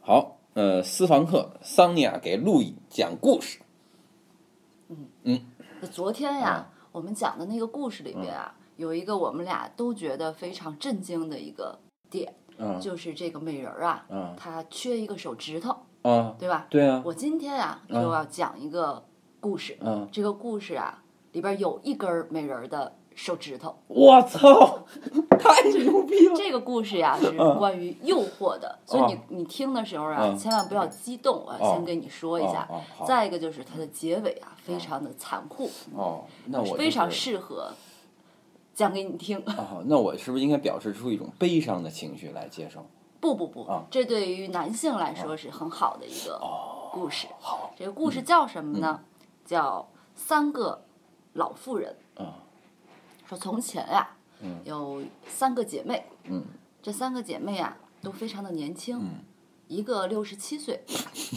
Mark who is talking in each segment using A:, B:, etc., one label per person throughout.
A: 好，呃，斯凡克，桑尼亚给路易讲故事。
B: 昨天
A: 嗯
B: 呀，我们讲的那个故事里边啊，有一个我们俩都觉得非常震惊的一个点，
A: 嗯
B: 就是这个美人儿啊，
A: 嗯
B: 她缺一个手指头，
A: 啊，
B: 对吧？
A: 对啊，
B: 我今天啊，又要讲一个故事，
A: 嗯，
B: 这个故事啊，里边有一根儿美人儿的手指头。
A: 我操， 太牛逼了！
B: 这个故事呀、
A: 嗯
B: 是关于诱惑的，所以你你听的时候啊，
A: 哦嗯
B: 千万不要激动，我要
A: 哦
B: 先跟你说一下。
A: 哦哦好
B: 再一个就是它的结尾啊，非常的残酷，
A: 哦，那我
B: 非常
A: 就是
B: 适合讲给你听。
A: 啊，那我是不是应该表示出一种悲伤的情绪来 接受？
B: 不不不，
A: 啊
B: 这对于男性来说是很好的一个
A: 哦
B: 故事。这个
A: 嗯
B: 故事叫什么呢？叫《三个老妇人》。
A: 啊
B: 说从前呀、有三个姐妹，
A: 嗯
B: 这三个姐妹呀、都非常的年轻，
A: 嗯
B: 一个六十七岁，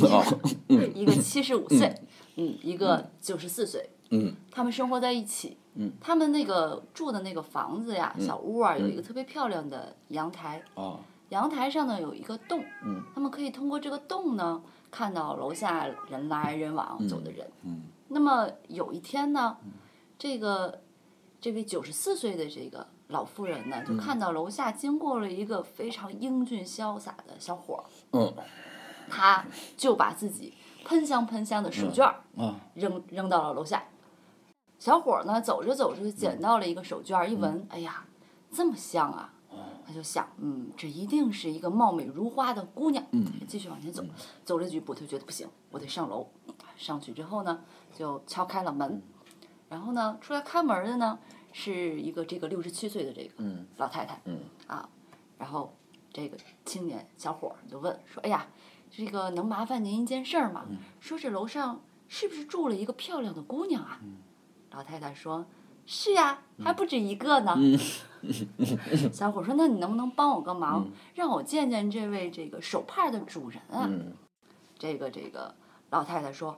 A: 啊，
B: 一个七十五岁，嗯，一个九十四岁，
A: 嗯
B: 她们生活在一起。
A: 嗯，
B: 她们那个住的那个房子呀，小屋啊，有
A: 嗯
B: 一个特别漂亮的阳台，
A: 啊
B: 阳台上呢有一个洞，
A: 嗯，
B: 他们可以通过这个洞呢看到楼下人来人往走的人。
A: 嗯
B: 那么有一天呢，这个这位九十四岁的这个老妇人呢，
A: 嗯
B: 就看到楼下经过了一个非常英俊潇洒的小伙儿，
A: 嗯
B: 他就把自己喷香喷香的手绢儿
A: 啊
B: 扔扔到了楼下。小伙儿呢，走着走着
A: 嗯
B: 就捡到了一个手绢儿，一闻，哎呀，这么香啊！
A: 哦
B: 他就想，嗯，这一定是一个貌美如花的姑娘。
A: 嗯
B: 继续往前走，走了几步，他觉得不行，我得上楼。上去之后呢，就敲开了
A: 嗯
B: 门，然后呢，出来开门的呢是一个这个六十七岁的这个
A: 嗯
B: 老太太。啊，然后这个青年小伙儿就问说：“哎呀，这个能麻烦您一件事儿吗？
A: 嗯
B: 说是楼上是不是住了一个漂亮的姑娘啊？”
A: 嗯
B: 老太太说：“是呀、还不止一个呢。
A: 嗯
B: 小伙儿说：“那你能不能帮我个忙，让我见见这位这个手帕的主人啊？”
A: 嗯
B: 这个这个老太太说：“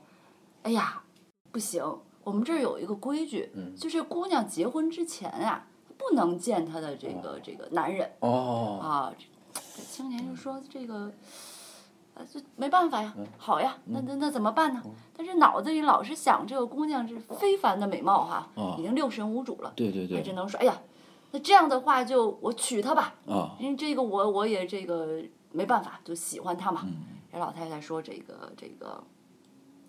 B: 哎呀，不行，我们这儿有一个规矩，就是姑娘结婚之前啊，不能见她的这个这个男人。”
A: 哦
B: 啊，这这青年就说这个，呃，这没办法呀，好呀，那那那怎么办呢？但是脑子里老是想这个姑娘是非凡的美貌哈，
A: 啊
B: 已经六神无主了，
A: 对对
B: 他
A: 对
B: 只能说，哎呀，那这样的话就我娶她吧，
A: 啊
B: 因为这个我我也这个没办法，就喜欢她嘛。
A: 嗯
B: 这老太太说这个这个，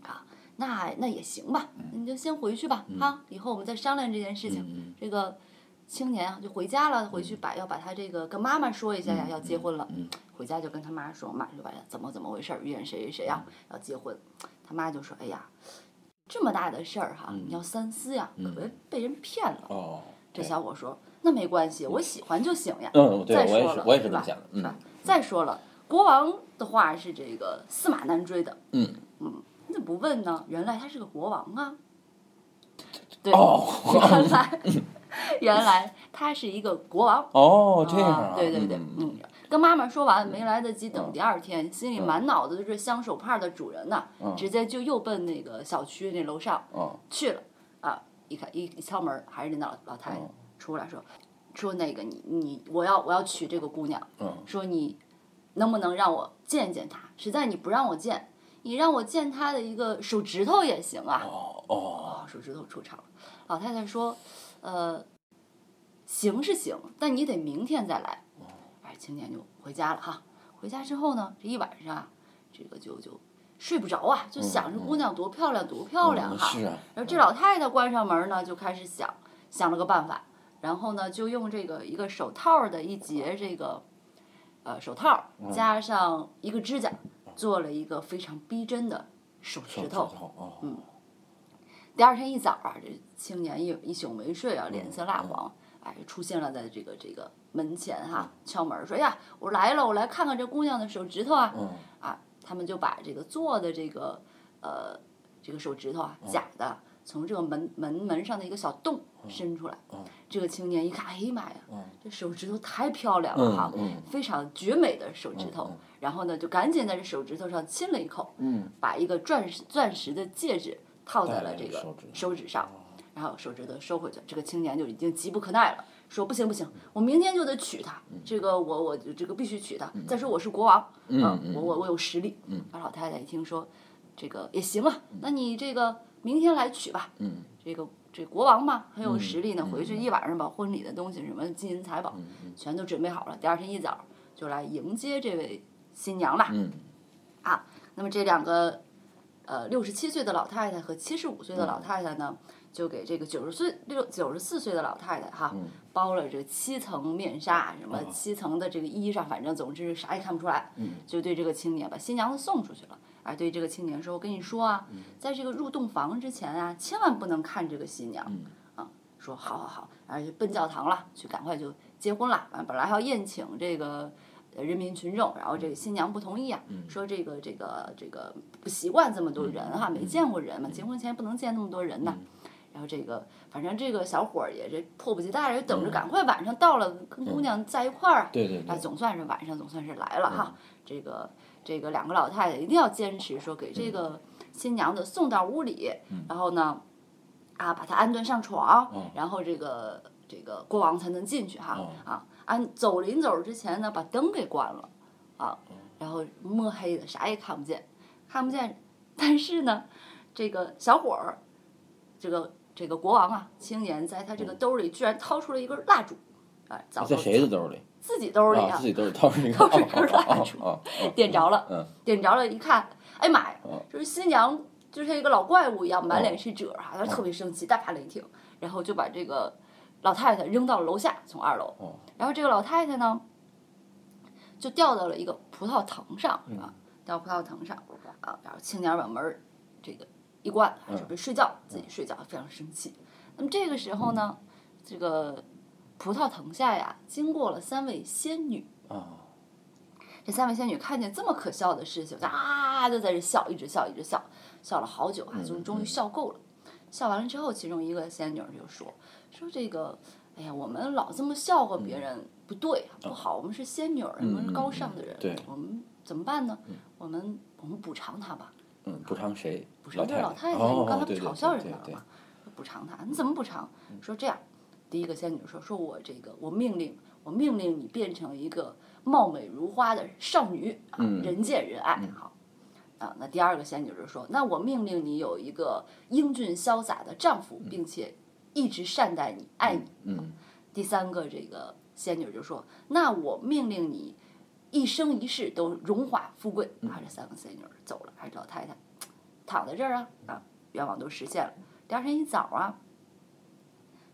B: 啊，那那也行吧，你就先回去吧，哈，以后我们再商量这件事情。
A: 嗯
B: 这个青年啊就回家了，回去把、要把他这个跟妈妈说一下呀，要结婚了。
A: 嗯
B: 回家就跟他妈说，妈说哎呀怎么怎么回事儿，遇见谁谁谁
A: 嗯
B: 呀、要结婚。他妈就说，哎呀，这么大的事儿、哈，你要三思呀，可别被人骗了。
A: 嗯哦，
B: 这小伙说，那没关系，我喜欢就行呀。
A: 嗯，对
B: 再
A: 我也
B: 说
A: 是
B: 了，
A: 我也是
B: 是
A: 这么
B: 吧
A: 想的，
B: 是
A: 嗯
B: 吧再说了，国王的话是这个驷马难追的，
A: 嗯
B: 你怎么不问呢？原来他是个国王啊。对，
A: 哦
B: 原来原来他是一个国王。
A: 哦这样
B: 啊对对对，
A: 嗯
B: 嗯，跟妈妈说完，没来得及等第二天，心里满脑子就是香手帕的主人呐、
A: 嗯
B: 直接就又奔那个小区那楼上
A: 哦
B: 去了啊！一开一一敲门，还是那老老太太
A: 嗯
B: 出来说，说那个你你我要我要娶这个姑娘，
A: 嗯
B: 说你能不能让我见见她？实在你不让我见，你让我见她的一个手指头也行啊！
A: 哦哦
B: 啊，手指头出场了。老太太说，呃，行是行，但你得明天再来。
A: 哦
B: 哎，青年就回家了哈。回家之后呢，这一晚上啊，这个就就睡不着啊，就想这姑娘多漂亮，多漂亮
A: 嗯
B: 哈。
A: 是啊
B: 然后这老太太关上门呢，就开始想想了个办法，然后呢，就用这个一个手套的一节这个呃手套，加上一个指甲，做了一个非常逼真的手指头。
A: 哦
B: 第二天一早啊，这青年一一宿没睡啊，脸色蜡黄，哎，出现了在这个这个门前哈、敲门说哎呀，我来了，我来看看这姑娘的手指头啊，
A: 嗯
B: 啊，他们就把这个做的这个呃这个手指头
A: 嗯
B: 啊，假的，从这个门门门上的一个小洞伸出来，
A: 嗯
B: 这个青年一看，哎呀妈呀，这手指头太漂亮了哈，
A: 嗯嗯
B: 非常绝美的手指头，然后呢，就赶紧在这手指头上亲了一口，
A: 嗯
B: 把一个钻石钻石的戒指套在了这个
A: 戴在了手指上哦
B: 手指上，然后手指头收回去。这个青年就已经急不可耐了，说不行不行，
A: 嗯
B: 我明天就得娶她，这个我我这个必须娶她。再说我是国王，
A: 嗯
B: 啊
A: 嗯
B: 我我我有实力。而老太太一听说，这个也行啊，那你这个明天来娶吧。
A: 嗯
B: 这个这国王嘛，很有实力呢，回去一晚上把婚礼的东西什么金银财宝
A: 嗯
B: 全都准备好了，第二天一早就来迎接这位新娘了。啊
A: 嗯
B: 那么这两个，呃，六十七岁的老太太和七十五岁
A: 嗯
B: 的老太太呢，就给这个九十岁六九十四岁的老太太哈，
A: 嗯
B: 包了这七层面纱，什
A: 哦
B: 么七层的这个衣裳，反正总之啥也看不出来，
A: 嗯
B: 就对这个青年把新娘子送出去了。哎，对这个青年说：“我跟你说啊，在这个入洞房之前啊，千万不能看这个新娘。”啊，说好好好，然后就奔教堂了，去赶快就结婚了。完，本来还要宴请这个呃人民群众，然后这个新娘不同意啊，说这个这个这个不习惯这么多人哈、没见过人嘛，结婚前不能见那么多人呐。然后这个，反正这个小伙儿也这迫不及待着，就等着赶快晚上到了，跟姑娘在一块儿啊。
A: 对对
B: 啊，
A: 对，
B: 总算是晚上，总算是来了
A: 嗯
B: 哈。这个这个两个老太太一定要坚持说给
A: 嗯
B: 这个新娘子送到屋里，然后呢，啊，把她安顿上床，
A: 哦
B: 然后这个这个国王才能进去哈。啊，安走临走之前呢，把灯给关了，啊，
A: 哦
B: 然后摸黑的，啥也看不见，看不见。但是呢，这个小伙儿，这个这个国王啊，青年在他这个兜里居然掏出了一根蜡烛，啊，早
A: 嗯在
B: 都
A: 谁的兜里？
B: 自己兜里
A: 啊，
B: 啊
A: 自，己兜里掏出一个，
B: 掏出一根蜡
A: 哦哦
B: 烛
A: 哦哦哦
B: 点着了，
A: 嗯
B: 点着了，一看，哎妈呀
A: 嗯，
B: 就是新娘就像一个老怪物一样，满脸是褶儿啊，她特别生气，大发雷霆，然后就把这个老太太扔到了楼下，从二楼
A: 哦，
B: 然后这个老太太呢，就掉到了一个葡萄藤上
A: 嗯
B: 啊，掉葡萄藤上啊，然后青年把门儿这个一关，
A: 嗯嗯
B: 准备睡觉，自己睡觉，非常生气。那么这个时候呢，这个葡萄藤下呀，经过了三位仙女。
A: 啊，
B: 这三位仙女看见这么可笑的事情，就啊就在这笑，一直笑，一直笑，笑了好久啊，
A: 嗯
B: 就是终于笑够了。笑完了之后，其中一个仙女就说：“说这个，哎呀，我们老这么笑话别人不对，啊不好，我们是仙女儿，我们是高尚的人
A: 嗯哦嗯嗯对，
B: 我们怎么办呢？我们我们补偿她吧，
A: 嗯，补偿谁？
B: 补偿这
A: 太
B: 老太太，
A: 哦
B: 你，刚才不
A: 对对
B: 嘲笑人
A: 对
B: 家了
A: 对
B: 吗？补偿她，你怎么补偿？说这样，第一个仙女说，说我这个，我命令，我命令你变成一个貌美如花的少女，啊，人见人爱，好。啊，那第二个仙女就说，那我命令你有一个英俊潇洒的丈夫，并且一直善待你，爱你。
A: 嗯
B: 第三个这个仙女就说，那我命令你一生一世都荣华富贵。啊，这三个仙女走了，还是老太太。躺在这儿啊啊，愿望都实现了。第二天一早啊，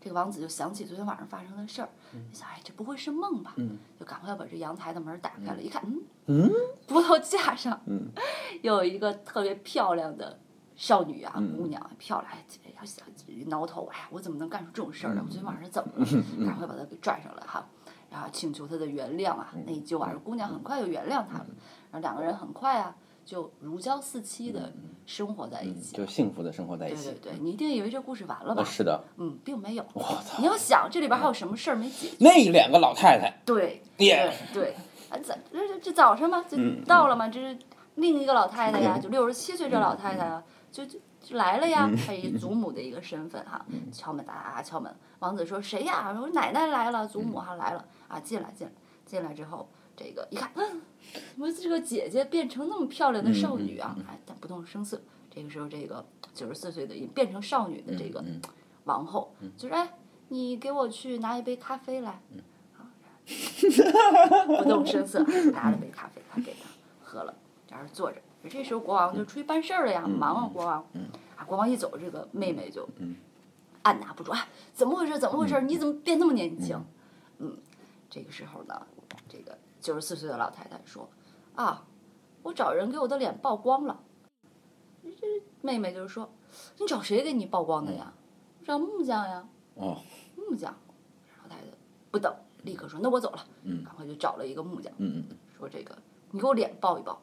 B: 这个王子就想起昨天晚上发生的事儿，就想哎，这不会是梦吧？就赶快把这阳台的门打开了，一看，嗯，葡萄架上， 有一个特别漂亮的少女啊，姑娘漂亮，哎这要想一挠头，哎呀，我怎么能干出这种事儿呢？我昨天晚上怎么了？赶快把她给拽上来哈。然后请求她的原谅啊，内疚啊，姑娘很快就原谅他了，然后两个人很快啊就如胶似漆的生活在一
A: 嗯，
B: 起。
A: 就幸福的生活在一
B: 对
A: 起
B: 对。对，你一定以为这故事完了吧
A: 呃，？是的，
B: 嗯，并没有。
A: 嗯我操，嗯
B: 你要想这里边还有什么事儿没解决？
A: 那两个老太太，
B: 对，
A: 耶
B: 对对，啊，早这这这早上嘛，就
A: 嗯
B: 到了嘛，这是另一个老太太呀，就六十七岁这老太太
A: 嗯
B: 呀，就就就来了呀，她以祖母的一个身份哈，
A: 嗯
B: 敲门哒哒哒敲门，王子说谁呀？我说奶奶来了，祖母
A: 嗯
B: 哈来了啊，进来进来进来之后，这个一看，嗯，怎么这个姐姐变成那么漂亮
A: 嗯
B: 的少女啊？哎，但不动声色。这个时候，这个九十四岁的也变成少女的这
A: 嗯
B: 个王后，就说：“哎，你给我去拿一杯咖啡来。” 不动声色拿了杯咖啡，他给他喝了，在那儿坐着。这时候国王就出去办事儿了呀，忙啊国王。啊，国王一走，这个妹妹就按捺不住啊，怎么回事？怎么回事？你怎么变那么年轻？嗯，这个时候呢，这个九十四岁的老太太说：“啊，我找人给我的脸曝光了。”这妹妹就说：“你找谁给你曝光的呀？找木匠呀。”
A: 哦，
B: 木匠，老太太不等，立刻说：“那我走了。”赶快就找了一个木匠，
A: 嗯嗯
B: 说：“这个你给我脸抱一抱。”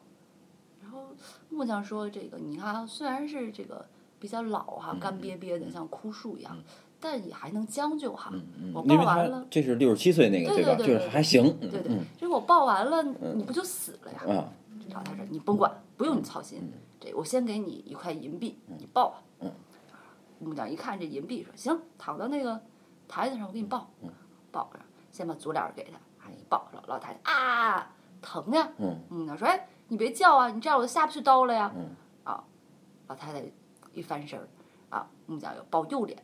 B: 然后木匠说：“这个你看啊，虽然是这个比较老哈、干瘪瘪的，像枯树一样，但也还能将就哈。
A: 嗯
B: 我，
A: 因
B: 抱
A: 为
B: 完
A: 她
B: 了，
A: 这是六十七岁那个
B: 对
A: 吧？
B: 对
A: 就
B: 对
A: 是还行，嗯
B: 对对，这我抱完了，你不就死了呀？”
A: 嗯啊，
B: 老太太说：“你甭管，不用你操
A: 嗯
B: 心，这我先给你一块银币，你抱吧。”
A: 嗯
B: 木匠一看这银币，说：“行，躺到那个台子上，我给你抱。”抱上，先把足疗给他，啊，一抱着，老太太啊，疼呀，
A: 嗯
B: 嗯，他说，哎，你别叫啊，你这样我就下不去刀了呀，
A: 嗯
B: 啊，老太太一翻身儿，啊，木匠要抱 右脸，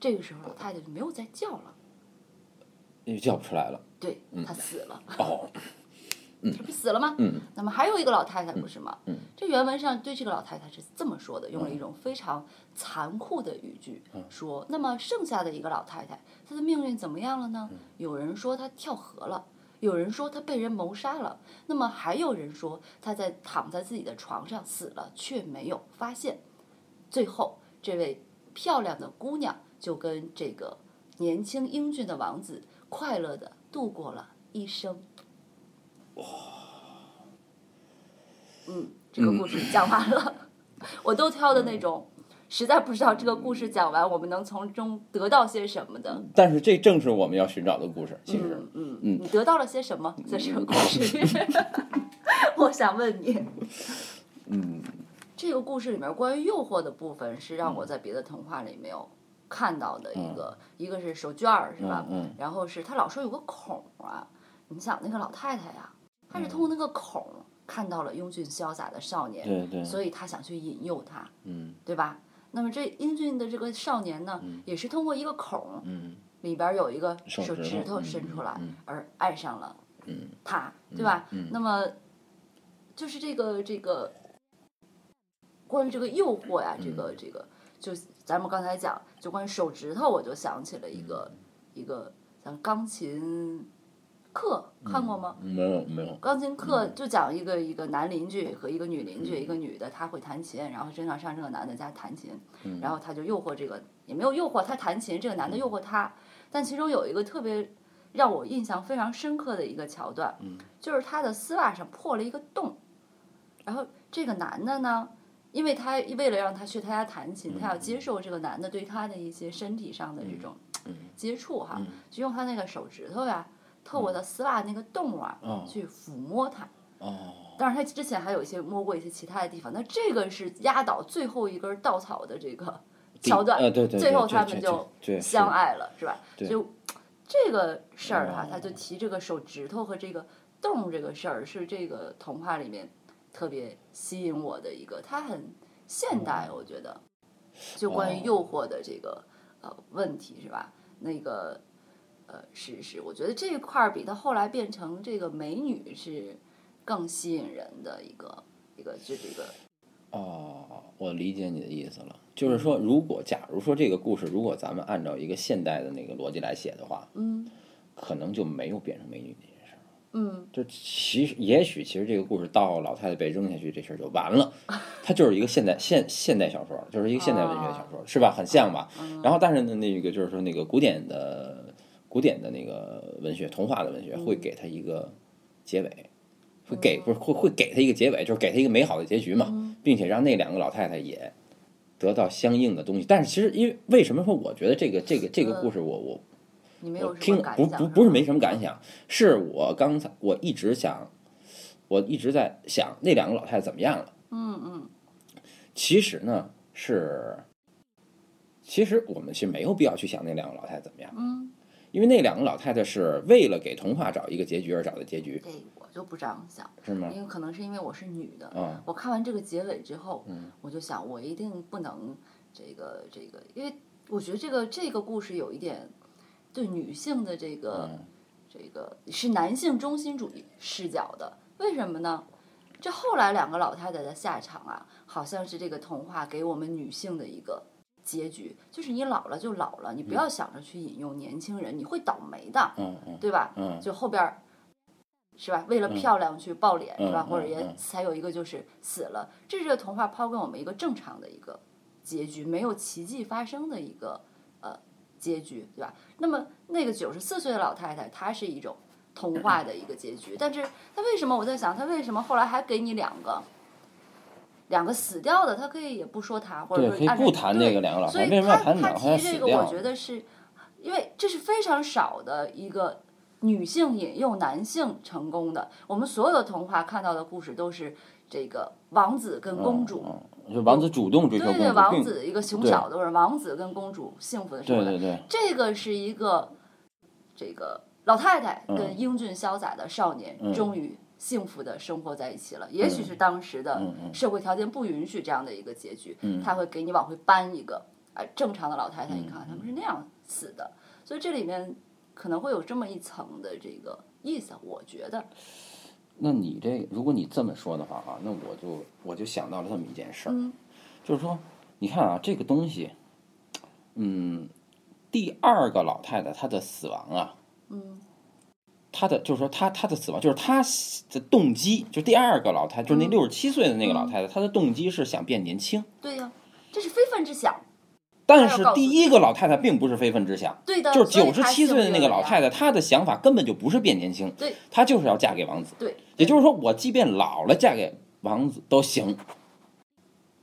B: 这个时候老太太就没有再叫了，
A: 又叫不出来了。
B: 对，
A: 嗯
B: 她死了，
A: 哦，
B: 这不死了吗？
A: 嗯
B: 那么还有一个老太太不是吗？
A: 嗯
B: 这原文上对这个老太太是这么说的，用了一种非常残酷的语句，
A: 嗯
B: 说那么剩下的一个老太太，她的命运怎么样了呢？
A: 嗯
B: 有人说她跳河了。有人说她被人谋杀了，那么还有人说她在躺在自己的床上死了，却没有发现。最后，这位漂亮的姑娘就跟这个年轻英俊的王子快乐的度过了一生。嗯，这个故事讲完了，我都挑的那种，实在不知道这个故事讲完我们能从中得到些什么的。
A: 但是这正是我们要寻找的故事。其实，
B: 嗯嗯，你得到了些什么在这个故事里？ 我想问你，
A: 嗯，
B: 这个故事里面关于诱惑的部分是让我在别的童话里没有看到的一个，一个是手绢儿是吧？
A: 嗯嗯嗯
B: 然后是他老说有个孔啊，你想那个老太太呀、她是通过那个孔看到了英俊潇洒的少年，
A: 嗯对对，
B: 所以她想去引诱他，
A: 嗯
B: 对吧？那么这英俊的这个少年呢，也是通过一个孔
A: 嗯
B: 里边有一个
A: 手
B: 手
A: 指
B: 指
A: 头
B: 头
A: 嗯
B: 伸出来
A: 嗯嗯，
B: 而爱上了
A: 嗯
B: 他，对吧？
A: 嗯
B: 那么就是这个这个关于这个诱惑呀，这
A: 嗯
B: 个这个，就咱们刚才讲，就关于手指头，我就想起了一个
A: 嗯
B: 一个像钢琴课看过吗？
A: 没有没有，
B: 钢琴课就讲一个一个男邻居和一个女邻居，一个女的她会弹琴，然后经常上这个男的家弹琴，然后她就诱惑这个也没有诱惑她弹琴，这个男的诱惑她，但其中有一个特别让我印象非常深刻的一个桥段，就是她的丝袜上破了一个洞，然后这个男的呢，因为他为了让她去他家弹琴，他要接受这个男的对她的一些身体上的这种接触哈，就用他那个手指头呀。透过他丝袜那个洞啊，
A: 哦
B: 去抚摸它。
A: 哦，
B: 当然，他之前还有一些摸过一些其他的地方。那这个是压倒最后一根稻草的这个桥段，
A: 呃对对对
B: 最后
A: 对
B: 他
A: 对
B: 们
A: 对
B: 就
A: 对是
B: 相爱了，是吧？
A: 对
B: 就这个事儿哈、
A: 哦
B: 他就提这个手指头和这个洞这个事儿，是这个童话里面特别吸引我的一个，它很现代，我觉得，就关于
A: 哦
B: 诱惑的这个呃问题是吧？那个呃是是，我觉得这一块儿比她后来变成这个美女是更吸引人的一个一个就这个
A: 哦，我理解你的意思了，就是说，如果假如说这个故事，如果咱们按照一个现代的那个逻辑来写的话，
B: 嗯
A: 可能就没有变成美女这件事儿。
B: 嗯
A: 就其实，也许其实这个故事到老太太被扔下去这事儿就完 了，它就是一个现代现现代小说，就是一个现代文学小说，是吧？很像吧？
B: 哦
A: 然后，但是呢，那个就是说那个古典的古典的那个文学，童话的文学
B: 嗯
A: 会给它一个结尾。会给不是会会给他一个结尾，就是给他一个美好的结局嘛，
B: 嗯
A: 并且让那两个老太太也得到相应的东西。但是其实因为为什么说我觉得这个这个这个故事我我
B: 你嗯没
A: 我
B: 有什
A: 听
B: 么感
A: 不
B: 想
A: 不
B: 吧
A: 不是没什么感想，是我刚才我一直想，我一直在想那两个老太太怎么样了。
B: 嗯嗯
A: 其实呢是，其实我们是没有必要去想那两个老太太怎么样，
B: 嗯，
A: 因为那两个老太太是为了给童话找一个结局而找的结局，
B: 这我就不这样想。
A: 是吗？
B: 因为可能是因为我是女的，
A: 啊
B: 我看完这个结尾之后，
A: 嗯
B: 我就想我一定不能这个这个，因为我觉得这个这个故事有一点对女性的这个、
A: 嗯
B: 这个是男性中心主义视角的，为什么呢？这后来两个老太太的下场啊，好像是这个童话给我们女性的一个结局，就是你老了就老了，你不要想着去引诱年轻人，你会倒霉的。
A: 嗯嗯
B: 对吧？
A: 嗯
B: 就后边儿是吧？为了漂亮去爆脸、
A: 嗯
B: 是吧？
A: 嗯
B: 或者也
A: 嗯
B: 才有一个就是死了，这是童话抛给我们一个正常的一个结局，没有奇迹发生的一个呃结局，对吧？那么那个九十四岁的老太太，她是一种童话的一个结局，但是她为什么我在想，她为什么后来还给你两个？两个死掉的，她可以也不说她，或
A: 对，
B: 者
A: 可以
B: 说按照
A: 不谈那
B: 对
A: 个两个老太
B: 所
A: 太，
B: 以
A: 为什么要
B: 他
A: 谈两
B: 他
A: 个老太太
B: 提
A: 死
B: 这个，我
A: 掉啊
B: 觉？得是因为这是非常少的一个女性引诱男性成功的。我们所有的童话看到的故事都是这个王子跟公主，
A: 嗯，就王子主动追求公
B: 对
A: 主，
B: 对，王
A: 并
B: 子一个熊
A: 对
B: 小的，或者王子跟公主幸福的生
A: 对
B: 活。
A: 对对，
B: 这个是一个这个老太太
A: 嗯
B: 跟英俊潇洒的少年终于幸福的生活在一
A: 嗯
B: 起了。也许是当时的社会条件不允许这样的一个结局，
A: 嗯
B: 他会给你往回搬一个。啊，正常的老太太，你
A: 嗯
B: 看他们是那样死的，所以这里面可能会有这么一层的这个意思，我觉得。
A: 那你这，如果你这么说的话啊，那我就我就想到了这么一件事儿，
B: 嗯
A: 就是说，你看啊，这个东西，嗯，第二个老太太她的死亡啊，
B: 嗯
A: 她的就是说她她的死亡，就是她的动机，就第二个老太，就是那
B: 嗯
A: 六十七岁的那个老太太，她的动机是想变年轻，
B: 对呀、这是非分之想，
A: 但
B: 她
A: 是
B: 要告诉
A: 第一个老太太并不是非分之想。
B: 对的。
A: 就是
B: 所以
A: 九十
B: 她
A: 七
B: 幸
A: 岁的那
B: 运
A: 个
B: 了
A: 老
B: 呀
A: 太太，她的想法根本就不是变年轻，
B: 对，
A: 她就是要嫁给王子。
B: 对，
A: 也就是说，我即便老了嫁给王子都行，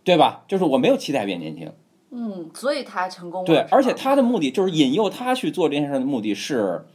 A: 对吧？就是我没有期待变年轻，
B: 嗯，所以她成功了。
A: 对
B: 是吧，
A: 而且他的目的就是引诱他去做这件事的目的是，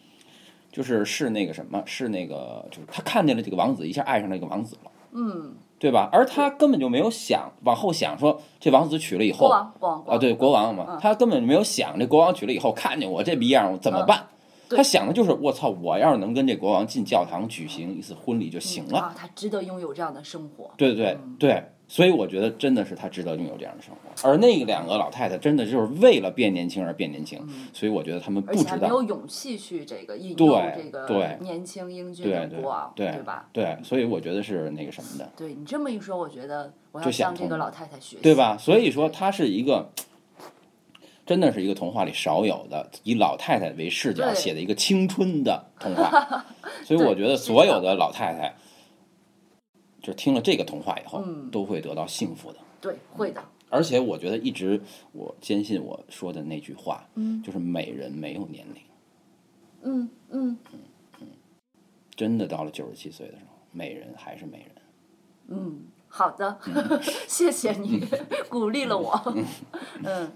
A: 就是是那个什么，是那个就是他看见了这个王子，一下爱上了这个王子了，
B: 嗯，
A: 对吧？而他根本就没有想往后想说这王子娶了以
B: 国
A: 后
B: 王国王国
A: 啊，
B: 王
A: 对国王嘛，
B: 嗯
A: 他根本没有想这国王娶了以后看见我这逼样我怎么办？
B: 嗯对
A: 他想的就是我操，我要是能跟这国王进教堂举行一次婚礼就行了。
B: 啊，她值得拥有这样的生活。
A: 对对
B: 嗯
A: 对，所以我觉得真的是他值得拥有这样的生活。而那两个老太太真的就是为了变年轻而变年轻，所以我觉得他们
B: 嗯而
A: 不
B: 且还
A: 知
B: 没
A: 道。
B: 有勇气去这个引诱
A: 对
B: 这个
A: 对
B: 年轻英俊
A: 对
B: 的
A: 对
B: 国王，
A: 对
B: 吧？
A: 对，所以我觉得是那个什么的，
B: 对你这么一说，我觉得我要
A: 就想
B: 向这
A: 通
B: 个
A: 了
B: 老太太学习，
A: 对吧？所以说它是一个，真的是一个童话里少有的以老太太为视角
B: 对
A: 写的一个青春的童 话。所以我觉得所有的老太太，就是听了这个童话以后，
B: 嗯
A: 都会得到幸福的。
B: 对，会的，
A: 而且我觉得一直我坚信我说的那句话，
B: 嗯
A: 就是美人没有年龄，
B: 嗯嗯
A: 真的到了九十七岁的时候，美人还是美人。 嗯
B: 嗯，好的，谢谢你鼓励了我，嗯